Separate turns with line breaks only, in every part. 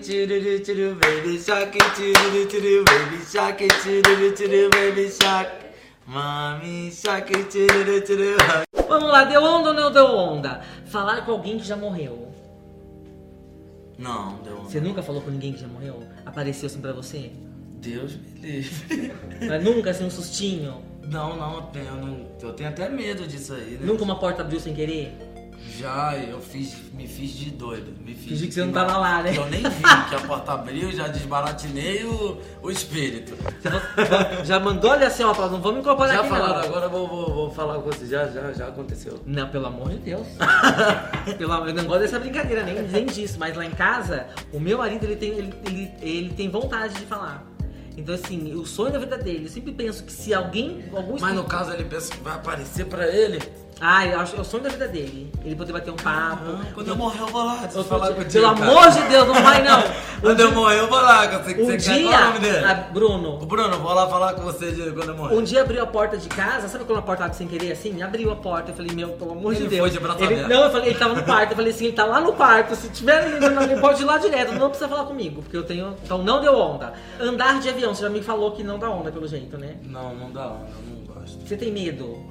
Choo-doo-doo, choo-doo, baby shark, choo-doo-doo, choo-doo, baby shark, choo-doo-doo, choo-doo, baby shark. Mami shark, choo-doo-doo, choo-doo.
Vamos lá, deu onda ou não deu onda? Falar com alguém que já morreu.
Não, deu um uma.
Você nunca falou com ninguém que já morreu? Apareceu assim pra você?
Deus me livre.
Mas nunca, assim, um sustinho?
Não, não, eu tenho, eu não- eu tenho até medo disso aí, né?
Nunca uma porta abriu sem querer?
Já eu fiz, me fiz de doido. Me fiz
Fingi que você não tava lá, né?
Eu nem vi que a porta abriu, já desbaratinei o, o espírito.
Já mandou ali assim, ó, falou, não vamos incorporar
Já
aqui
falaram,
não.
agora eu vou, vou, vou falar com vocês. Já, já, já aconteceu.
Não, pelo amor de Deus. pelo amor, eu não gosto dessa brincadeira, nem, nem disso. Mas lá em casa, o meu marido, ele tem, ele, ele, ele tem vontade de falar. Então, assim, o sonho da vida dele, eu sempre penso que se alguém. Algum
Mas no caso ele pensa que vai aparecer pra ele.
Ah, eu acho, é o sonho da vida dele. Ele poder bater um papo.
Quando eu morrer eu vou lá.
Eu-
Eu falar contigo,
pelo
cara.
amor de Deus, não vai não.
Quando eu morrer eu vou lá. que
Um
Você, você quer-
dia.
Qual é o nome dele?
Ah,
O
Bruno,
Bruno, eu vou lá falar com você de- quando eu morrer.
um dia abriu a porta de casa, sabe quando a porta abre sem querer assim? Abriu a porta, eu falei, meu, pelo amor
Ele
de
foi
Deus.
de braço
ele,
aberto.
não, eu falei, ele tava no quarto, eu falei assim, ele tá lá no quarto, se tiver ele, não- ele pode ir lá direto, não precisa falar comigo, porque eu tenho. Então não deu onda. Andar de avião, você já me falou que não dá onda, pelo jeito, né?
Não, não dá onda, eu não gosto.
Você tem medo?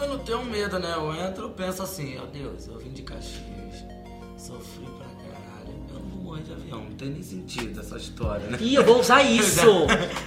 Eu não tenho medo, né? Eu entro, eu penso assim, ó Deus, eu vim de Caxias, sofri pra caralho. Eu não vou morrer de avião, não tem nem sentido essa história, né?
Ih, eu vou usar isso!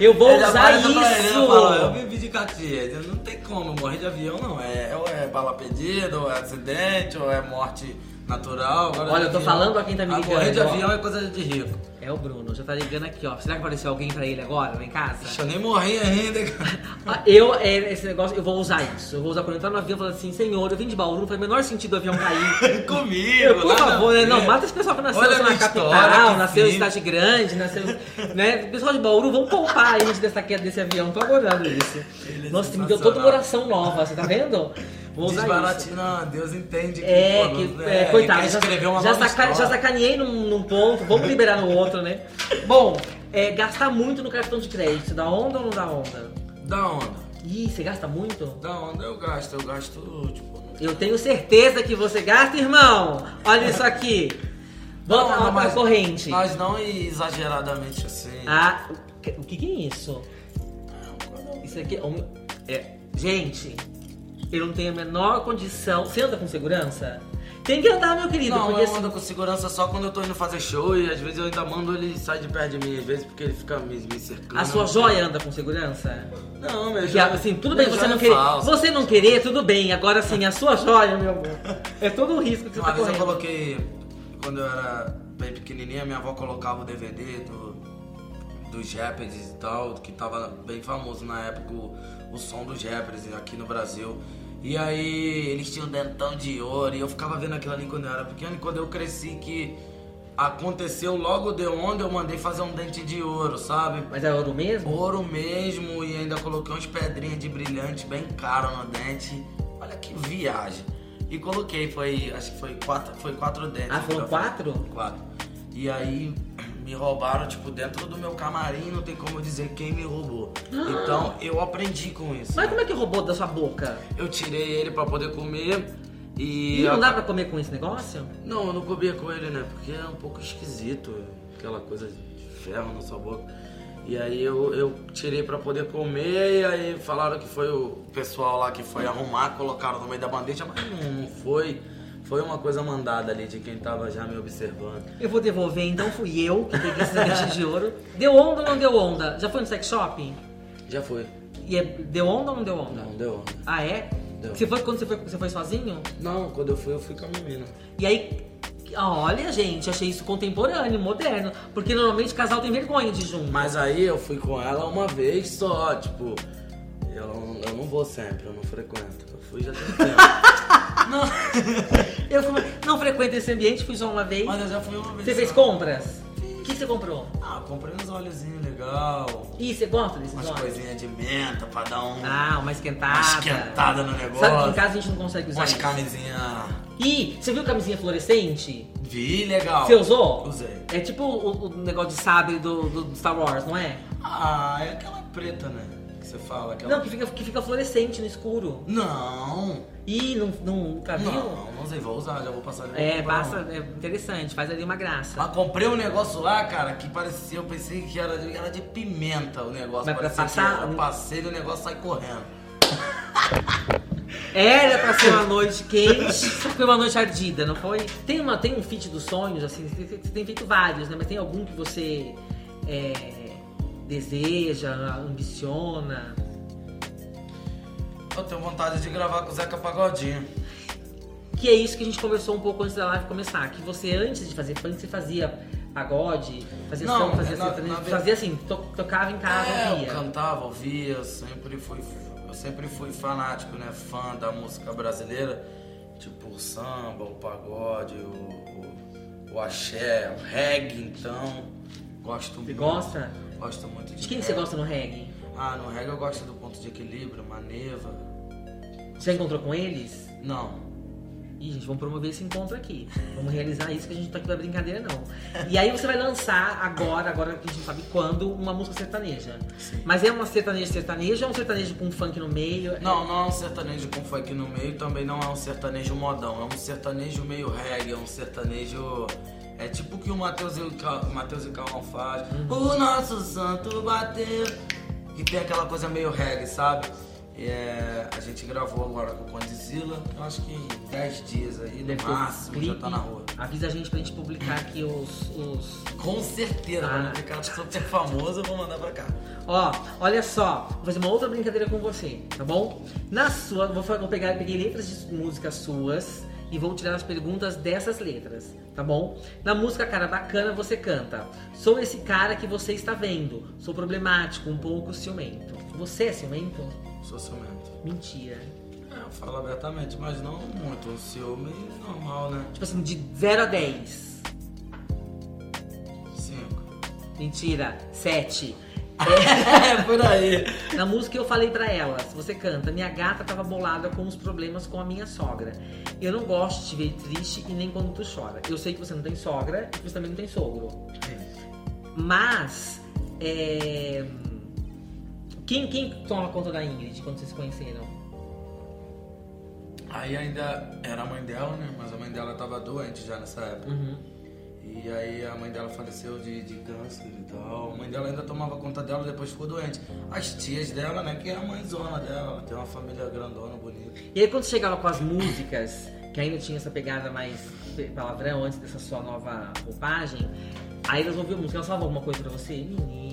Eu vou
Ele
usar
aparece pra ele,
isso!
ele fala, eu vivi de Caxias, eu não tem como morrer de avião, não. É, ou é bala perdida, ou é acidente, ou é morte natural. Agora
Olha,
de
eu tô
avião-
falando pra quem tá me
Ah,
ligando,
Morrer de
ó.
avião é coisa de rico.
É o Bruno, já tá ligando aqui, ó. Será que apareceu alguém pra ele agora, lá em casa?
Ixi, Eu nem morri ainda, cara.
Ah, Eu, é, esse negócio, eu vou usar isso. Eu vou usar quando eu entrar no avião e falar assim, senhor, eu vim de Bauru, não faz o menor sentido o avião cair.
Comigo,
Eu, por
nada a
favor, né?
ver.
Não, mata esse pessoal que nasceu
Olha a
sei lá, na
minha
capital,
história, que
nasceu em
sim.
cidade grande, nasceu. né? Pessoal de Bauru, vamos poupar a gente dessa queda desse avião, tô adorando isso.
Ele é
Nossa, me deu toda uma
sensacional.
oração nova, você tá vendo? Vou usar isso.
Desbaratina, Deus entende que,
É,
pô,
que,
não-
é,
né? ele
coitado,
quer escrever uma
já, já,
nova
saca, já
história.
sacaneei num, num ponto, vamos liberar no outro, né? Bom, é, gastar muito no cartão de crédito, dá onda ou não dá onda?
Da onda.
Ih, você gasta muito?
Da onda eu gasto, eu gasto, tipo... não-
Eu tenho certeza que você gasta, irmão. Olha isso aqui. Vamos
Não,
lá pra
não, mas-
corrente.
Mas não exageradamente assim.
Ah, o que- o que, que é isso? Isso aqui é um- é- Gente, eu não tenho a menor condição. Você anda com segurança? Tem que andar, meu querido.
Não,
porque assim-
eu
se-
ando com segurança só quando eu tô indo fazer show e às vezes eu ainda mando ele sair de perto de mim, às vezes porque ele fica me, me cercando.
a sua joia anda com segurança?
Não, meu
Porque,
joia.
assim, tudo bem
minha
você
joia
não
é
querer.
falsa.
Você não querer, tudo bem. Agora assim, a sua joia, meu amor. É todo o risco que você
Uma
tá
vez eu
correndo.
coloquei, quando eu era bem pequenininha, minha avó colocava o DVD do, dos rappers e tal, que tava bem famoso na época, o, o som dos rappers aqui no Brasil. E aí eles tinham um dentão de ouro e eu ficava vendo aquilo ali quando eu era pequeno. E quando eu cresci, que aconteceu logo de onde eu mandei fazer um dente de ouro, sabe?
Mas é ouro mesmo?
Ouro mesmo e ainda coloquei umas pedrinhas de brilhante bem caro no dente. Olha que viagem. E coloquei, foi, acho que foi quatro, foi quatro dentes.
Ah, foram quatro?
Quatro. E aí me roubaram, tipo, dentro do meu camarim, não tem como eu dizer quem me roubou. Então eu aprendi com isso.
Mas como é que roubou da sua boca?
Eu tirei ele pra poder comer e.
E não dá pra comer com esse negócio?
Não, eu não comia com ele, né? Porque é um pouco esquisito, aquela coisa de ferro na sua boca. E aí eu, eu tirei pra poder comer, e aí falaram que foi o pessoal lá que foi arrumar, colocaram no meio da bandeja, mas não, não foi. Foi uma coisa mandada ali de quem tava já me observando.
Eu vou devolver, então fui eu que peguei esse dente de ouro. Deu onda ou não deu onda? Já foi no sex shopping?
Já foi.
E é- deu onda ou não deu onda?
Não, deu onda.
Ah, é?
Deu.
Você foi quando você foi, você foi sozinho?
Não, quando eu fui, eu fui com a menina.
E aí. ah, Olha, gente, achei isso contemporâneo, moderno. Porque normalmente casal tem vergonha de ir junto.
Mas aí eu fui com ela uma vez só, tipo, eu, não- eu não vou sempre, eu não frequento. Eu fui já tem um tempo.
Não, eu fui- não frequento esse ambiente, fui só uma vez.
Mas eu já fui uma vez
Você fez
só.
compras? O que você comprou?
Ah, comprei uns óleozinhos legal,
Ih, você gosta desses
umas
olhos?
coisinhas de menta pra dar um,
Ah, uma esquentada.
uma esquentada no
Sabe que em
negócio,
casa a gente não consegue usar
umas
isso.
camisinhas.
Ih, você viu camisinha fluorescente?
Vi legal.
Você usou?
Usei.
É tipo o, o negócio de sabre do, do Star Wars, não é?
Ah, é aquela preta, né? Que Você fala aquela.
Não, que fica, que fica fluorescente no escuro.
Não!
Ih, não, não tá viu?
Não, não sei, vou usar, já vou passar de novo. um.
É, passa, é interessante, faz ali uma graça.
Mas comprei um negócio lá, cara, que parecia, eu pensei que era de, era de pimenta o negócio.
Mas pra
parecia que
passar- um-
eu passei e o negócio sai correndo.
Era pra ser uma noite quente, foi uma noite ardida, não foi? Tem, uma, tem um feat dos sonhos, assim, você tem- você tem feito vários, né? Mas tem algum que você é, deseja, ambiciona?
Eu tenho vontade de gravar com o Zeca Pagodinho.
Que é isso que a gente conversou um pouco antes da live começar. Que você, antes de fazer funk, você fazia pagode, fazia
Não,
som, fazia,
na-
assim,
na
fazia, assim, to- tocava em casa,
é, eu
via.
cantava, ouvia, eu sempre fui, eu sempre fui fanático, né? Fã da música brasileira, tipo o samba, o pagode, o, o, o axé, o reggae, então. Gosto
Você
muito.
gosta?
Gosto muito de.
De quem
reggae.
que você gosta no reggae?
Ah, no reggae eu gosto do ponto de equilíbrio, maneva.
Já encontrou com eles?
Não.
Ih, gente, vamos promover esse encontro aqui. Vamos realizar isso que a gente não tá aqui pra brincadeira, não. E aí você vai lançar agora, agora que a gente não sabe quando, uma música sertaneja.
Sim.
Mas é uma sertaneja sertaneja ou é um sertanejo com funk no meio?
Não, não é um sertanejo com funk no meio, também não é um sertanejo modão, é um sertanejo meio reggae, é um sertanejo. É tipo o que o Matheus e o, Ca... Matheus e o Calmon faz.
Uhum.
O nosso santo bateu. Que tem aquela coisa meio reggae, sabe? E é, a gente gravou agora com o Condizila, eu acho que em 10 dias aí,
Deve
no
ter um
máximo, já
clipe.
tá na rua.
Avisa a gente pra gente publicar aqui os- os,
Com certeza,
Ah.
quando ficar super famoso, eu vou mandar pra cá.
Ó, olha só, vou fazer uma outra brincadeira com você, tá bom? Na sua, vou, fa- vou pegar, peguei letras de músicas suas e vou tirar as perguntas dessas letras, tá bom? Na música Cara Bacana você canta: Sou esse cara que você está vendo, sou problemático, um pouco ciumento. Você é ciumento?
Sou ciumento.
Mentira.
É, eu falo abertamente, mas não muito. Um ciúme normal, né?
Tipo assim, de 0 a 10.
Cinco.
Mentira, 7.
É, por aí.
Na música eu falei pra elas, você canta, minha gata tava bolada com os problemas com a minha sogra. Eu não gosto de te ver triste e nem quando tu chora. Eu sei que você não tem sogra e que você também não tem sogro. Mas é... quem, quem toma conta da Ingrid quando vocês se conheceram?
Aí ainda era a mãe dela, né? Mas a mãe dela tava doente já nessa época.
Uhum.
E aí a mãe dela faleceu de, de câncer e tal. A mãe dela ainda tomava conta dela, depois ficou doente. As tias dela, né? Que é a mãezona dela. Tem uma família grandona, bonita.
E aí quando você chegava com as músicas, que ainda tinha essa pegada mais palavrão antes dessa sua nova roupagem, aí elas ouviam a música, elas falavam alguma coisa pra você? Menino,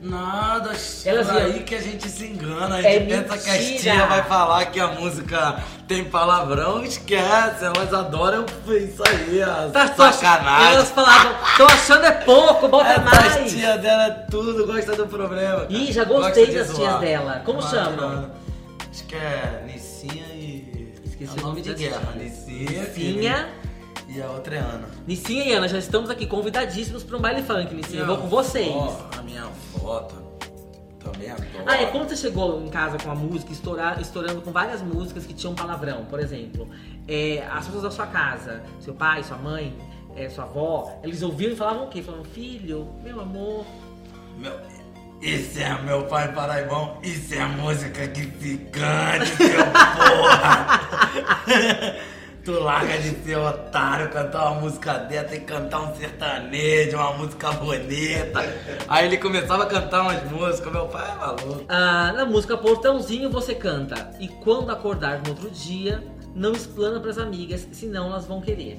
Nada, Elas
Elas iam-
aí que a gente se engana. A
É
gente pensa que as
mentira.
tias vai falar que a música tem palavrão. Esquece, elas adoram isso aí. ó.
Tá
sacanagem.
Elas falavam, tô achando é pouco, bota
Essa
mais.
tia dela é tudo, gosta do problema. cara.
Ih, já
Gosta
gostei
de
das tias
zoar.
dela. Como
Mas,
chamam?
ah, Acho que é Nissinha e.
Esqueci
é o nome de
das
guerra.
tias.
Nissinha.
Nissinha.
que- E a outra é Ana.
Nissinha e Ana, já estamos aqui convidadíssimos para um baile funk, Nissinha. Eu vou com vocês.
Ó, a minha avó tá- também adora.
Ah, é quando você chegou em casa com a música, estourar, estourando com várias músicas que tinham palavrão, por exemplo. é, as pessoas da sua casa, seu pai, sua mãe, é, sua avó, eles ouviram e falavam o quê? Falavam, filho, meu amor.
Meu, esse é meu pai paraibão, isso é música que se cante, seu porra! tu larga de ser otário, cantar uma música dessa tem que cantar um sertanejo, uma música bonita. Aí ele começava a cantar umas músicas, meu pai é maluco.
Ah, na música Portãozinho você canta. E quando acordar no outro dia, não explana pras amigas, senão elas vão querer.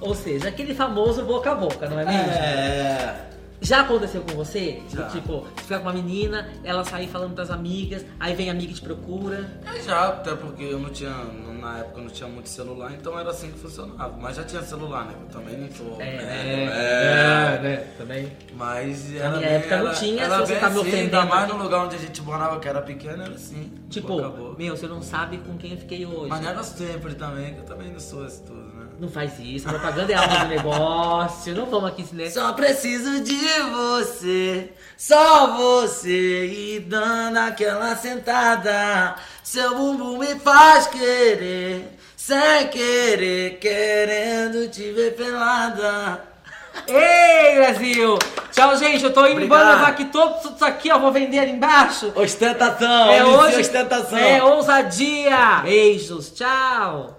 Ou seja, aquele famoso boca a boca, não é mesmo?
É.
Já aconteceu com você? De,
Já.
tipo, você ficar com uma menina, ela sair falando pras amigas, aí vem a amiga e te procura.
É, já, até porque eu não tinha, na época eu não tinha muito celular, então era assim que funcionava. Mas já tinha celular, né? Eu também não sou. velho,
é, né? Também.
Mas era
minha
bem-
época não
era-
tinha,
era
se você
bem
tá me
assim,
ofendendo
Ainda mais
aqui.
no lugar onde a gente morava, que era pequeno, era assim.
Tipo,
boca a boca.
meu, você não sabe com quem eu fiquei hoje.
Mas não era sempre também, que eu também não sou isso tudo, né?
Não faz isso, a propaganda é alma do negócio. Não vamos aqui, né?
Só preciso de você, só você e dando aquela sentada. Seu bumbum me faz querer, sem querer, querendo te ver pelada.
Ei, Brasil! Tchau, gente. Eu tô indo
Obrigado.
embora levar aqui todos isso aqui, ó. Vou vender ali embaixo.
Ostentação, é
é hoje.
ostentação.
É ousadia. Beijos. Tchau.